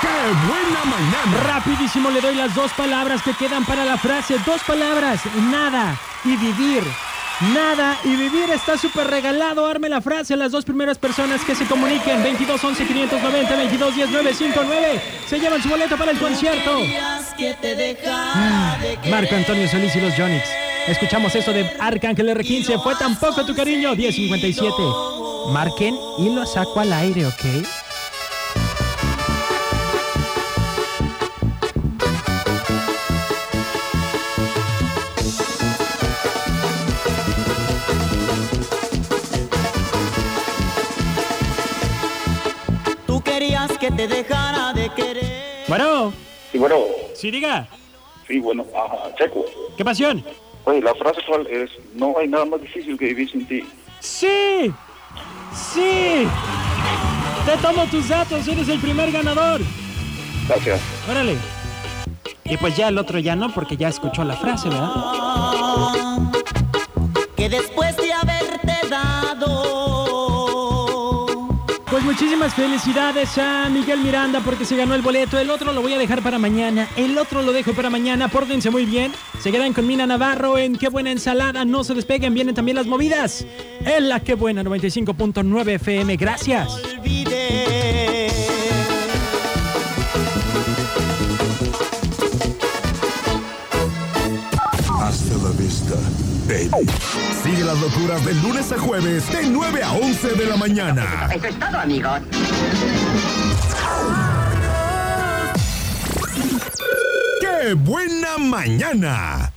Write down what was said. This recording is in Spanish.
¡Qué buena mañana! Rapidísimo le doy las dos palabras que quedan para la frase. Dos palabras, nada y vivir. Nada y vivir está súper regalado. Arme la frase a las dos primeras personas que se comuniquen. 22 11 590 22 10 959. Se llevan su boleto para el concierto. Ah, Marco Antonio Solís y los Jonix. Escuchamos eso de Arcángel R15. Fue tan poco tu cariño. 1057. Marquen y lo saco al aire, ¿ok? Tú querías que te dejara de querer. Bueno, Sí, bueno, sí, diga. sí, bueno, ajá, checo. ¿Qué pasión? Oye, la frase cuál es, no hay nada más difícil que vivir sin ti. ¡Sí! ¡Sí! Te tomo tus datos, eres el primer ganador. Gracias. Órale. Y pues ya el otro ya no, porque ya escuchó la frase, ¿verdad? Que después de haberte dado. Pues muchísimas felicidades a Miguel Miranda porque se ganó el boleto. El otro lo voy a dejar para mañana. El otro lo dejo para mañana. Pórtense muy bien. Se quedan con Mina Navarro en Qué Buena Ensalada. No se despeguen. Vienen también las movidas. En la Qué Buena 95.9 FM. Gracias. olvidé. Hasta la vista, baby. Sigue las locuras de lunes a jueves, de 9 a 11 de la mañana. Eso es todo, amigos. ¡Qué buena mañana!